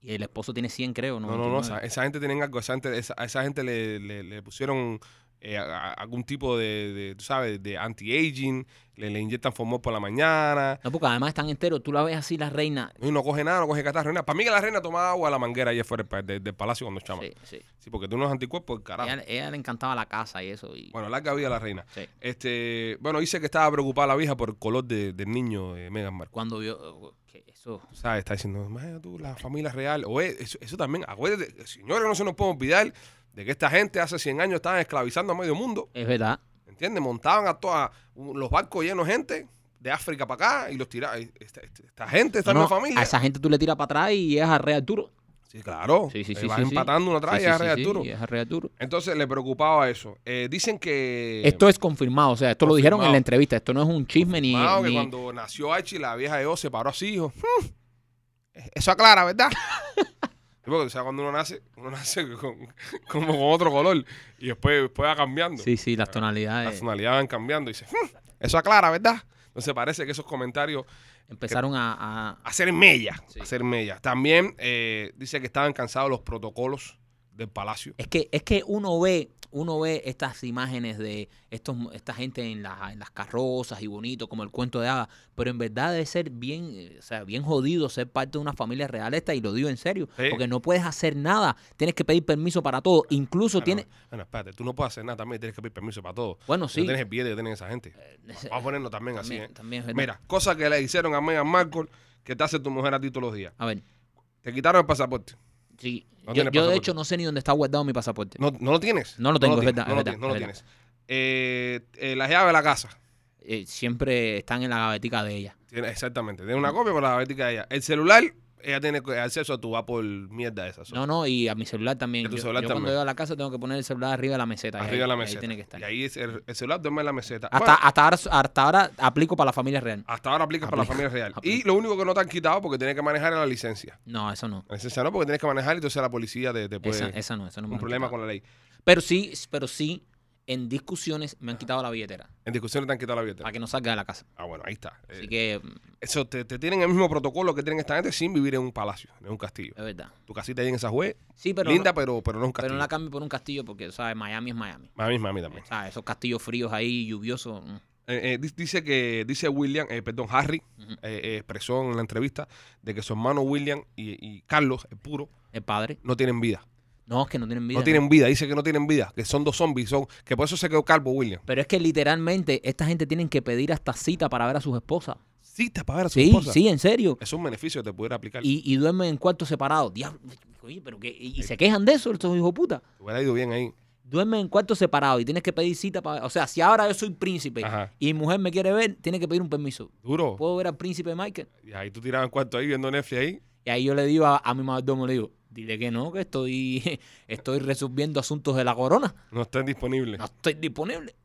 B: y el esposo tiene 100 creo.
A: No, no, no. Esa,
B: 99.
A: esa gente tienen algo. Esa gente, esa- a esa gente le, le- le pusieron eh, a- a- algún tipo de, de, tú sabes, de anti-aging. Le, le inyectan formol por la mañana.
B: No, porque además están enteros. Tú la ves así, la reina.
A: Y no coge nada, no coge catarro. ni nada. Para mí que la reina tomaba agua de la manguera allá fuera del pa- de- del palacio cuando chama. Sí.
B: Sí, sí.
A: porque tú no es anticuerpo, carajo.
B: Ella, ella le encantaba la casa y eso. Y,
A: Bueno, larga vida a la reina.
B: sí.
A: Este, bueno, dice que estaba preocupada la vieja por el color de- del niño de Meghan Markle.
B: Cuando vio eh, que eso.
A: O sea, está diciendo, "Imagina tú, la familia real. Oye, eso, eso también, acuérdate, señores, no se nos puede olvidar de que esta gente hace 100 años estaban esclavizando a medio mundo.
B: Es verdad.
A: ¿Entiendes? Montaban a todas los barcos llenos de gente de África para acá y los tiraban. Esta, esta- esta gente, esta
B: No, no,
A: nueva familia.
B: A esa gente tú le tiras para atrás y es a Rey Arturo.
A: Sí, claro.
B: Sí, sí,
A: Eh,
B: sí.
A: Vas
B: sí, sí.
A: empatando una atrás
B: Sí,
A: y a
B: sí,
A: Rey
B: sí, sí,
A: Arturo.
B: y eh, es a Rey Arturo.
A: Entonces le preocupaba eso. Eh, dicen que.
B: Esto es confirmado. O sea, esto lo dijeron en
A: confirmado.
B: la entrevista. Esto no es un chisme ni.
A: Mao, que
B: ni-
A: cuando nació Archie, la vieja de O se paró así, hijo. Eso aclara, ¿verdad? Sí, porque, o sea, cuando uno nace, uno nace con, como con otro color y después, después va cambiando.
B: Sí, sí, las
A: Las
B: tonalidades
A: tonalidades van cambiando y dice, "Hmm, eso aclara, ¿verdad? Entonces parece que esos comentarios
B: empezaron a. a-
A: hacen mella,
B: Sí.
A: hacer mella. También eh, dice que estaban cansados los protocolos del palacio.
B: Es que, es que uno ve, uno ve estas imágenes de estos, esta gente en, la- en las carrozas y bonito, como el cuento de hadas, pero en verdad debe ser bien, eh, o sea, bien jodido ser parte de una familia real esta, y lo digo en serio,
A: Sí.
B: porque no puedes hacer nada, tienes que pedir permiso para todo, incluso
A: Bueno,
B: tienes,
A: Bueno, espérate, tú no puedes hacer nada también, tienes que pedir permiso para todo.
B: bueno, sí, Eh,
A: No tienes el billete que tienen esa gente. Vamos a ponerlo también, así, ¿eh?
B: también, también es verdad.
A: Mira, cosas que le hicieron a Meghan Markle que te hace tu mujer a ti todos los días.
B: a ver,
A: Te quitaron el pasaporte.
B: sí,
A: No
B: yo,
A: tienes
B: yo de
A: pasaporte.
B: hecho no sé ni dónde está guardado mi pasaporte,
A: No, no lo tienes.
B: No lo tengo, es
A: tienes,
B: verdad,
A: No
B: es
A: lo
B: verdad,
A: tienes. no
B: es
A: lo
B: verdad.
A: tienes. Eh, eh, la llave de la casa.
B: Eh, siempre están en la gavetica de ella.
A: Tiene- exactamente. Tiene una copia para la ética de ella. El celular, ella tiene acceso a tu Apple mierda esa.
B: No, no, y a mi celular también.
A: Y a tu
B: Yo-
A: celular
B: yo
A: también.
B: cuando llego a la casa tengo que poner el celular arriba de la meseta. y
A: arriba
B: ahí-
A: de la
B: ahí
A: meseta.
B: tiene que estar.
A: Y ahí es el, el celular duerme en la meseta.
B: Hasta,
A: Bueno,
B: hasta, ahora, hasta ahora aplico para la familia real.
A: hasta ahora aplicas para la
B: Aplica,
A: familia real. Y
B: aplica.
A: lo único que no te han quitado porque tienes que manejar es la licencia.
B: No, eso no.
A: La licencia no, porque tienes que manejar y entonces la policía te, te puede...
B: esa, esa no, eso no
A: Pues, un
B: me han
A: problema
B: quitado.
A: con la ley.
B: Pero sí, pero sí, en discusiones me han quitado la billetera
A: En discusiones Ah. te han quitado la billetera.
B: para que no salga de la casa.
A: Ah, bueno, ahí está. Eh,
B: Así que mm,
A: Eso te, te tienen el mismo protocolo que tienen esta gente sin vivir en un palacio, en un castillo.
B: es verdad.
A: Tu casita ahí en esa juez,
B: Sí, pero
A: linda,
B: no,
A: pero, pero no un
B: pero
A: castillo.
B: no la cambio por un castillo porque, ¿sabes? Miami es Miami.
A: Mami, mami también.
B: ¿Sabes? Esos castillos fríos ahí, lluviosos. mm.
A: Eh, eh, di- dice que, dice William, eh, perdón, Harry,
B: Ujú.
A: eh, eh, expresó en la entrevista de que su hermano William y, y Carlos, el puro,
B: El padre.
A: no tienen vida.
B: No, es que no tienen vida.
A: No tienen vida, dice que no tienen vida, que son dos zombies, son, que por eso se quedó calvo William.
B: Pero es que literalmente esta gente tienen que pedir hasta cita para ver a sus esposas.
A: Cita para ver a su
B: Sí,
A: esposa.
B: sí, en serio.
A: Es un beneficio que te pudiera aplicar.
B: Y, y duermen en cuartos separados. Diablo, oye, pero qué- y, y se quejan de eso, estos hijos de puta.
A: Te hubiera ido bien ahí.
B: Duermen en cuartos separados y tienes que pedir cita para. O sea, si ahora yo soy príncipe
A: Ajá.
B: y mi mujer me quiere ver, tiene que pedir un permiso.
A: Duro.
B: ¿Puedo ver al príncipe Michael?
A: Y ahí tú tirabas en cuarto ahí viendo Netflix ahí.
B: Y ahí yo le digo a, a mi mayordomo, le digo, dile que no, que estoy, estoy resolviendo asuntos de la corona.
A: No están disponibles.
B: No estoy disponible.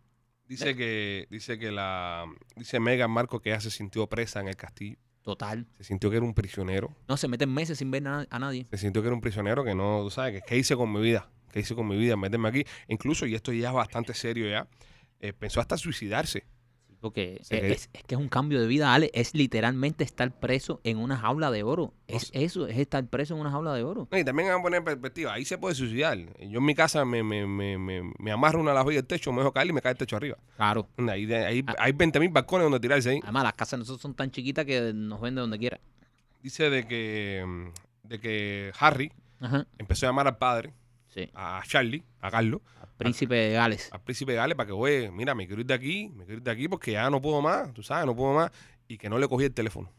A: Dice que, dice que la, dice Megan Marco que ella se sintió presa en el castillo.
B: Total.
A: Se sintió que era un prisionero.
B: No se meten meses sin ver na- a nadie.
A: Se sintió que era un prisionero que no, tú sabes, que qué hice con mi vida. ¿Qué hice con mi vida? Méteme aquí. Incluso, y esto ya es bastante serio ya, eh, pensó hasta suicidarse.
B: Porque
A: Sí,
B: es,
A: que-
B: es- es que es un cambio de vida, Ale. Es literalmente estar preso en una jaula de oro. Es eso, es estar preso en una jaula de oro.
A: No, y también van a poner en perspectiva, ahí se puede suicidar. Yo en mi casa me, me, me, me, me amarro una de las del techo, me dejo caer y me cae el techo arriba.
B: Claro.
A: Ahí, de- ahí-
B: Ah.
A: hay 20 mil balcones donde tirarse ahí.
B: Además, las casas de nosotros son tan chiquitas que nos ven de donde quiera.
A: Dice de que, mm, de que Harry
B: Ajá.
A: empezó a llamar al padre,
B: Sí.
A: a Charlie, a Carlos,
B: Príncipe de Gales.
A: al príncipe de Gales para que, oye, mira, me quiero ir de aquí, me quiero ir de aquí porque ya no puedo más, tú sabes, no puedo más. Y que no le cogí el teléfono.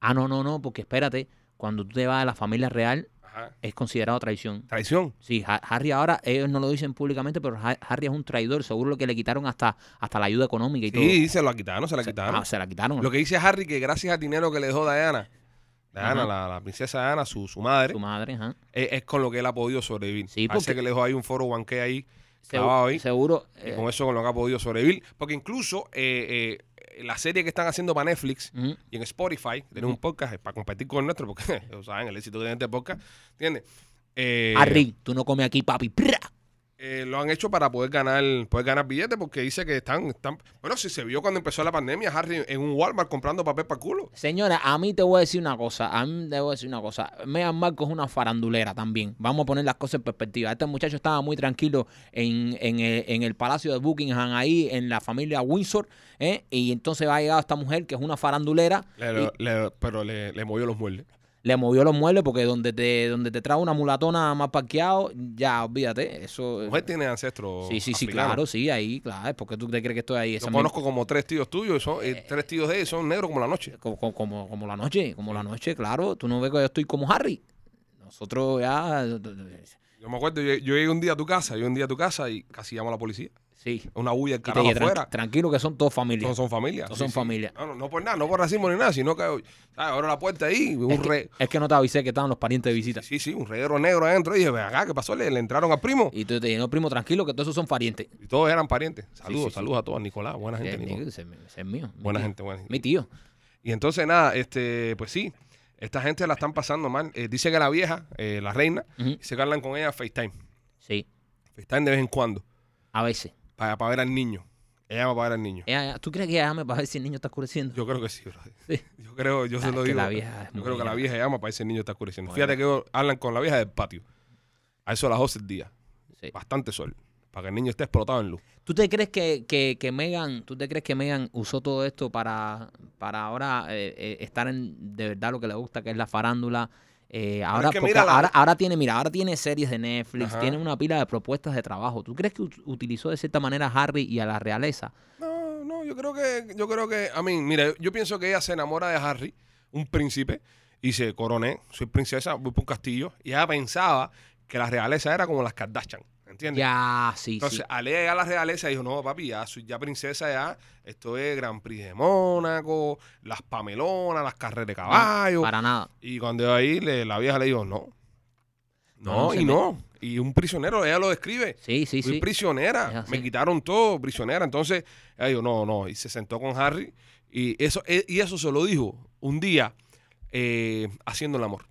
B: Ah, no, no, no, porque espérate. Cuando tú te vas de la familia real,
A: Ajá.
B: es considerado traición.
A: Traición.
B: Sí, Ha- Harry ahora, ellos no lo dicen públicamente, pero Ha- Harry es un traidor. Seguro que le quitaron hasta, hasta la ayuda económica y
A: Sí, se lo quitaron, se la
B: todo. Se,
A: quitaron.
B: ah, se la quitaron.
A: Lo que dice Harry que gracias al dinero que le dejó Diana, Diana,
B: Ajá.
A: la, la princesa Diana, su, su madre,
B: Su madre, ajá.
A: es, es con lo que él ha podido sobrevivir.
B: Sí,
A: Parece
B: porque-
A: que le dejó ahí un foro banqué ahí, clavado
B: Seguro.
A: ahí,
B: seguro
A: y
B: eh,
A: con eso con lo que ha podido sobrevivir. Porque incluso eh, eh, la serie que están haciendo para Netflix
B: ujú.
A: y en Spotify, tienen un podcast eh, para competir con el nuestro, porque ellos saben el éxito que tiene este podcast, ¿entiendes? Eh,
B: Harry, tú no comes aquí, papi. ¡Prra!
A: eh, lo han hecho para poder ganar poder ganar billetes porque dice que están, están bueno si se vio cuando empezó la pandemia Harry en un Walmart comprando papel para el culo
B: Señora, a mí te voy a decir una cosa, a mí te voy a decir una cosa. Meghan Marco es una farandulera también. Vamos a poner las cosas en perspectiva. Este muchacho estaba muy tranquilo en, en el, en el Palacio de Buckingham, ahí en la familia Windsor, ¿eh? y entonces va a llegar esta mujer que es una farandulera,
A: Le-
B: y
A: le- pero le, le movió los muebles
B: le movió los muebles porque donde te, donde te trae una mulatona más parqueado, ya olvídate, eso...
A: la mujer tiene ancestros
B: Sí, sí, sí,
A: africanos.
B: claro, sí, ahí, claro, porque tú te crees que estoy ahí. Esa
A: yo
B: mi-
A: conozco como tres tíos tuyos y son, eh, tres tíos de ellos son negros como la noche
B: como, como- como- como la noche, como la noche, claro. Tú no ves que yo estoy como Harry. Nosotros ya.
A: yo me acuerdo yo, yo llegué un día a tu casa yo un día a tu casa y casi llamo a la policía
B: Sí.
A: una bulla del
B: Y te
A: carajo
B: dije, "Tran-
A: afuera
B: tranquilo que son todos
A: no
B: familias.
A: son familia
B: Todos son familia.
A: no, no, no por nada no por racismo ni nada sino que ¿sabes? abro la puerta ahí un
B: es, que,
A: re
B: es que no te avisé que estaban los parientes de visita.
A: sí sí un reguero negro adentro y dije "Ven acá qué pasó le, le entraron al primo
B: Y tú te dije, no, primo, tranquilo que todos esos son parientes.
A: Y todos eran parientes. Saludos,
B: sí, sí.
A: saludos a todos. Nicolás, buena gente,
B: Eh,
A: Nicolás.
B: nigga, Ese, es mi- ese es mío. mi
A: Buena
B: tío.
A: gente, buena gente.
B: Mi tío.
A: Y entonces, nada, este, pues sí, esta gente la están pasando mal. Eh, dice que la vieja, eh, la reina,
B: Ujú.
A: se hablan con ella a FaceTime.
B: Sí,
A: FaceTime de vez en cuando,
B: a veces.
A: para, para ver al niño. Ella va para ver al niño.
B: Ella- ¿Tú crees que ella llame para ver si el niño está oscureciendo?
A: Yo creo que sí, bro.
B: Sí.
A: Yo creo, yo
B: Ah,
A: se
B: es
A: lo
B: que
A: digo.
B: la vieja es
A: yo
B: muy
A: creo que la
B: buena.
A: vieja llama para ese niño está oscureciendo.
B: Bueno.
A: Fíjate que ellos hablan con la vieja del patio. A eso a las 12 del día.
B: Sí.
A: Bastante sol. Para que el niño esté explotado en luz.
B: ¿Tú te crees que, que, que Megan, tú te crees que Megan usó todo esto para, para ahora eh, eh, estar en de verdad lo que le gusta, que es la farándula? Eh, ahora,
A: es que
B: porque
A: mira la-
B: ahora, ahora tiene, mira, ahora tiene series de Netflix,
A: Ajá.
B: tiene una pila de propuestas de trabajo. ¿Tú crees que ut- utilizó de cierta manera a Harry y a la realeza?
A: No, no, yo creo que, yo creo que, a mí, mira, yo, yo pienso que ella se enamora de Harry, un príncipe, y dice, coroné, soy princesa, voy por un castillo, y ella pensaba que la realeza era como las Kardashian, ¿entiendes?
B: Ya, sí,
A: Entonces,
B: sí.
A: al ella llegar a la realeza, dijo, no, papi, ya soy ya princesa, ya, esto es Gran Prix de Mónaco, las pamelonas, las carreras de
B: No,
A: caballo,
B: para nada.
A: y cuando iba ahí, le- la vieja le dijo, no, no,
B: No, no se
A: y
B: me-
A: no, y un prisionero, ella lo describe,
B: Sí, sí,
A: Fui
B: sí. Es
A: prisionera,
B: así.
A: me quitaron todo, prisionera. Entonces, ella dijo, no, no, y se sentó con Harry y eso, e- y eso se lo dijo un día eh, haciendo el amor.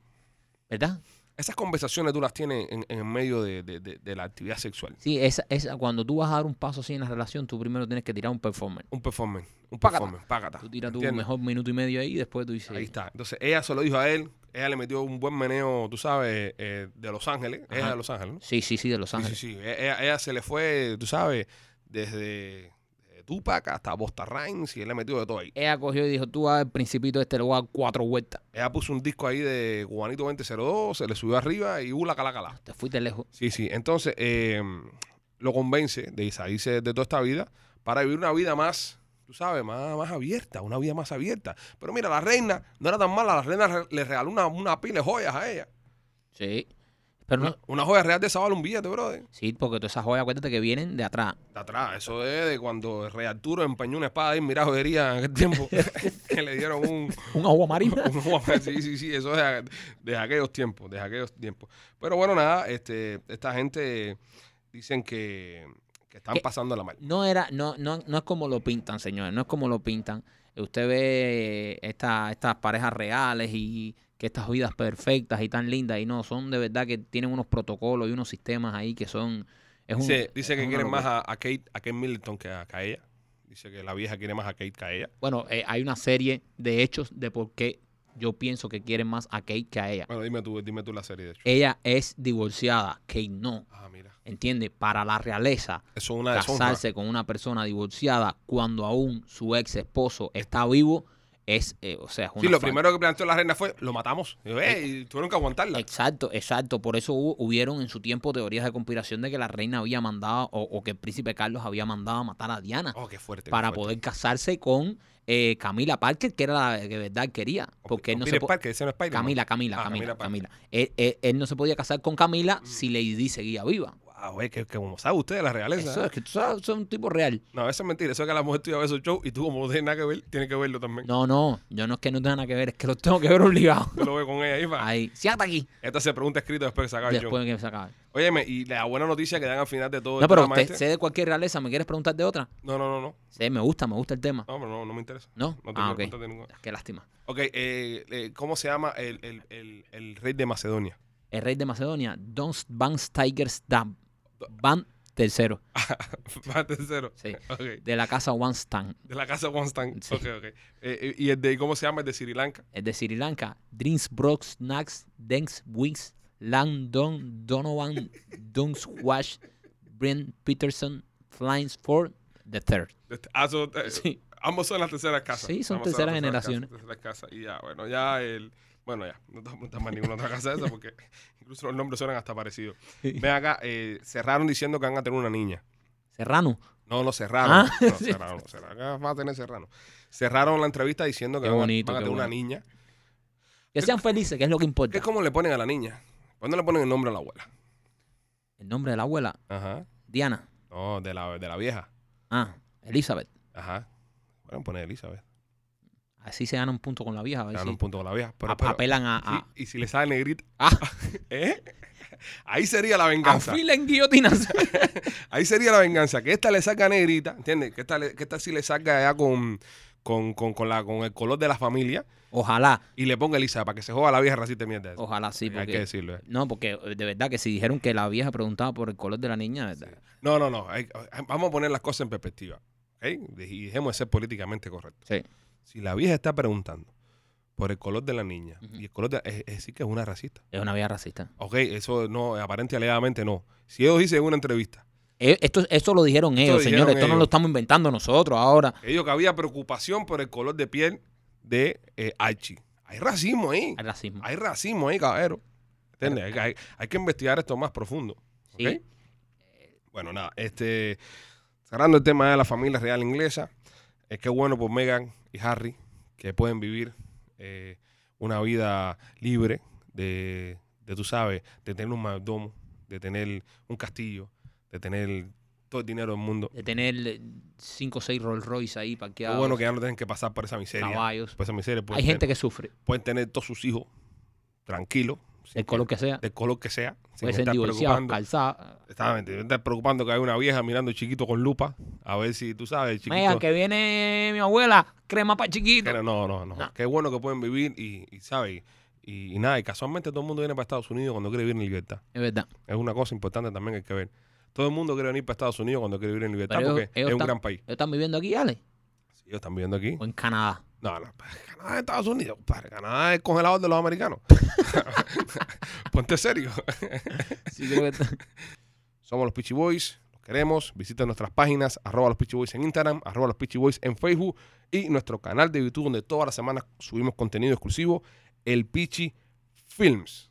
B: ¿Verdad?
A: Esas conversaciones tú las tienes en, en el medio de, de- de- de la actividad sexual.
B: Sí, esa, esa, cuando tú vas a dar un paso así en la relación, tú primero tienes que tirar un performance.
A: Un performance. Un
B: Págata.
A: performance. Págata.
B: Tú tiras tu
A: ¿entiendes?
B: mejor minuto y medio ahí y después tú dices...
A: Ahí está. Entonces ella se lo dijo a él. Ella le metió un buen meneo, tú sabes, eh, de Los Ángeles. Ella
B: Ajá.
A: es de Los Ángeles, ¿no?
B: Sí, sí, sí, de Los Ángeles.
A: Sí, sí, sí. E- Ella, ella se le fue, tú sabes, desde eh, Tupac hasta Bosta Rhymes y él le metió de todo ahí.
B: Ella cogió y dijo, tú al principito este le voy a dar cuatro vueltas.
A: Ella puso un disco ahí de Juanito 2002, se le subió arriba y uh, hula calá calá.
B: Te fuiste lejos.
A: Sí, sí. Entonces eh, lo convence de salirse de toda esta vida para vivir una vida más, tú sabes, más, más abierta, una vida más abierta. Pero mira, la reina no era tan mala, la reina re- le regaló una, una pila de joyas a ella.
B: Sí. Pero no...
A: Una, una joya real de esa vale un billete, brother.
B: Sí, porque todas esas joyas, acuérdate que vienen de atrás.
A: De atrás, eso es de cuando el rey Arturo empeñó una espada y mira jodería en aquel tiempo que le dieron un,
B: Un agua marina.
A: un guama- sí, sí, sí, eso es de, de aquellos tiempos, de aquellos tiempos. Pero bueno, nada, este, esta gente dicen que, que están
B: Que-
A: pasando la mal.
B: No era, no, no, no es como lo pintan, señores, no es como lo pintan. Usted ve eh, esta- estas parejas reales y que estas vidas perfectas y tan lindas y no, son de verdad que tienen unos protocolos y unos sistemas ahí que son... Es un-
A: Dice, dice
B: es
A: que
B: una
A: quieren más
B: locura.
A: a, a Kate, a Kate Middleton que a, que a ella. Dice que la vieja quiere más a Kate que a ella.
B: Bueno, eh, hay una serie de hechos de por qué yo pienso que quieren más a Kate que a ella.
A: Bueno, dime tú, dime tú la serie, de hecho.
B: Ella es divorciada, Kate no,
A: Ah, mira.
B: ¿entiende? Para la realeza,
A: Eso es una deshonra.
B: casarse con una persona divorciada cuando aún su ex esposo está vivo es, eh, o sea, es una
A: Sí, lo
B: falta.
A: primero que planteó la reina fue, lo matamos. Y, yo, "Eh, y tuvieron que aguantarla.
B: Exacto, exacto. Por eso hubo- hubieron en su tiempo teorías de conspiración de que la reina había mandado o, o que el príncipe Carlos había mandado a matar a Diana
A: Oh, qué fuerte. qué
B: para
A: fuerte.
B: poder casarse con eh, Camila Parker, que era la que de verdad quería. Porque él no se
A: Peter
B: po-
A: Parker, ese no es Spider-Man.
B: Camila, Camila,
A: Ah, Camila
B: Camila,
A: Parker. Mm.
B: Camila. Él, él- él no se podía casar con Camila si Lady seguía viva.
A: Wow, eh, que, que como sabe usted de la realeza.
B: Eso
A: ¿eh?
B: es que tú sabes, eso es un tipo real.
A: No, eso es mentira. Eso es que la mujer tuya ve su show y tú, como no tienes nada que ver, tienes que verlo también.
B: No, no, yo no es que no tenga nada que ver, es que lo tengo que ver obligado.
A: Yo lo veo con ella ahí. va.
B: Ahí, siéntate aquí.
A: Esta se pregunta escrita después que se acaba el show.
B: Después que se acabe.
A: Óyeme, y la buena noticia que dan al final de todo
B: No,
A: el
B: pero
A: programa
B: usted,
A: este-
B: sé de cualquier realeza, ¿me quieres preguntar de otra?
A: No, no, no, no.
B: Sí, me gusta, me gusta el tema.
A: No, pero no, no me interesa.
B: ¿No?
A: Ah, No te
B: ah,
A: quiero
B: ok.
A: contar de ninguna.
B: Qué lástima.
A: Ok, eh, eh, ¿cómo se llama el, el, el, el rey de Macedonia?
B: El rey de Macedonia, Don Van Tigers Dam. Van tercero.
A: Va tercero.
B: Sí.
A: Ok.
B: De la casa One Stan.
A: De la casa Wonstan.
B: Sí.
A: Ok, ok. Eh, eh, ¿Y el de cómo se llama el de Sri Lanka?
B: Es de Sri Lanka. Drinks, Brooks, Snacks, Denks, Wings, Langdon, Donovan, Dunks, Wash, Brent Peterson, Flying Ford, The Third.
A: Este, ah, son, eh,
B: Sí.
A: Ambos son las terceras casas.
B: Sí, son
A: Ambos
B: terceras
A: las
B: generaciones.
A: casas, terceras casas. Y ya, bueno, ya el. Bueno, ya, no te preguntas más ninguna otra casa de esa porque incluso los nombres suenan hasta parecidos.
B: Sí.
A: Ven acá, eh, cerraron diciendo que van a tener una niña.
B: Serrano.
A: No, lo cerraron.
B: Ah,
A: no,
B: sí.
A: cerraron, lo cerraron. Ah, Va a tener cerrano. Cerraron la entrevista diciendo que
B: Qué
A: van a-
B: bonito,
A: van a,
B: qué
A: tener una
B: bonito.
A: niña.
B: Que sean felices, que es lo que
A: ¿Qué
B: importa.
A: es como le ponen a la niña? ¿Cuándo le ponen el nombre a la abuela?
B: El nombre de la abuela,
A: Ajá.
B: Diana.
A: No, de la, de la vieja.
B: Ah, Elizabeth.
A: Ajá. Bueno, poner Elizabeth.
B: Así se gana un punto con la vieja. a ver
A: Le dan
B: si
A: un punto con la vieja. Pero,
B: ap-
A: pero-
B: apelan a...
A: sí,
B: a
A: Y si le sale negrita.
B: Ah.
A: ¿Eh? Ahí sería la venganza.
B: afilen guillotinas.
A: Ahí sería la venganza. Que esta le salga negrita, ¿entiendes? Que esta, le- que esta sí le salga ya con, con, con, con la, con el color de la familia
B: Ojalá,
A: y le ponga Elizabeth para que se joda la vieja racista de mierda. esa.
B: ojalá sí.
A: Hay
B: Porque,
A: que decirlo. eh.
B: No, porque eh, de verdad que si dijeron que la vieja preguntaba por el color de la niña, de verdad.
A: No, no, no. Hay- hay- vamos a poner las cosas en perspectiva. ¿ok? Y dejemos de ser políticamente correctos.
B: Sí.
A: Si la vieja está preguntando por el color de la niña
B: Ujú.
A: y el color de, es, es decir que es una racista.
B: es una vieja racista.
A: Ok, eso no, aparente y alegadamente no. Si ellos dicen en una entrevista
B: Eh, Esto, esto lo dijeron ellos,
A: lo
B: señores.
A: dijeron
B: Esto no
A: ellos.
B: lo estamos inventando nosotros ahora.
A: que ellos que había preocupación por el color de piel de eh, Archie, hay racismo ahí.
B: Hay racismo.
A: Hay racismo ahí, caballero. ¿Entiendes? Hay, hay- hay que investigar esto más profundo. ¿ok?
B: Sí.
A: Bueno, nada, este. Cerrando el tema de la familia real inglesa, es que bueno por Meghan y Harry, que pueden vivir eh, una vida libre de, de, tú sabes, de tener un mayordomo, de tener un castillo, de tener todo el dinero del mundo.
B: De tener eh, cinco o seis Rolls Royce ahí
A: Qué
B: parqueados,
A: bueno que Pues, ya no tienen que pasar por esa miseria.
B: caballos.
A: Por esa miseria.
B: Hay
A: pueden
B: gente
A: tener-
B: que sufre,
A: Pueden tener todos sus hijos tranquilos. sin
B: el color que sea.
A: del color que sea. sin
B: Puede ser
A: estar
B: divorciado,
A: preocupando.
B: calzado.
A: Exactamente, no estar preocupando que hay una vieja mirando chiquito con lupa. A ver si tú sabes, el chiquito.
B: Mira, que viene mi abuela, crema para chiquito.
A: Pero no, no, no,
B: No.
A: Qué bueno que pueden vivir y, y sabes, y, Y, y nada, y casualmente todo el mundo viene para Estados Unidos cuando quiere vivir en libertad.
B: Es verdad.
A: Es una cosa importante también que hay que ver. Todo el mundo quiere venir para Estados Unidos cuando quiere vivir en libertad
B: Pero ellos-
A: porque es un
B: ellos están-
A: gran país.
B: ¿Ellos están viviendo aquí, Ale?
A: Sí, ellos están viviendo aquí.
B: ¿O en Canadá?
A: No, no, Canadá es Estados Unidos, compadre. Canadá es el congelador de los americanos. Ponte serio.
B: Sí, creo que está-
A: Somos los Peachy Boys, los queremos. Visiten nuestras páginas, arroba los Peachy Boys en Instagram, arroba los Peachy Boys en Facebook y nuestro canal de YouTube donde todas las semanas subimos contenido exclusivo, el Peachy Films.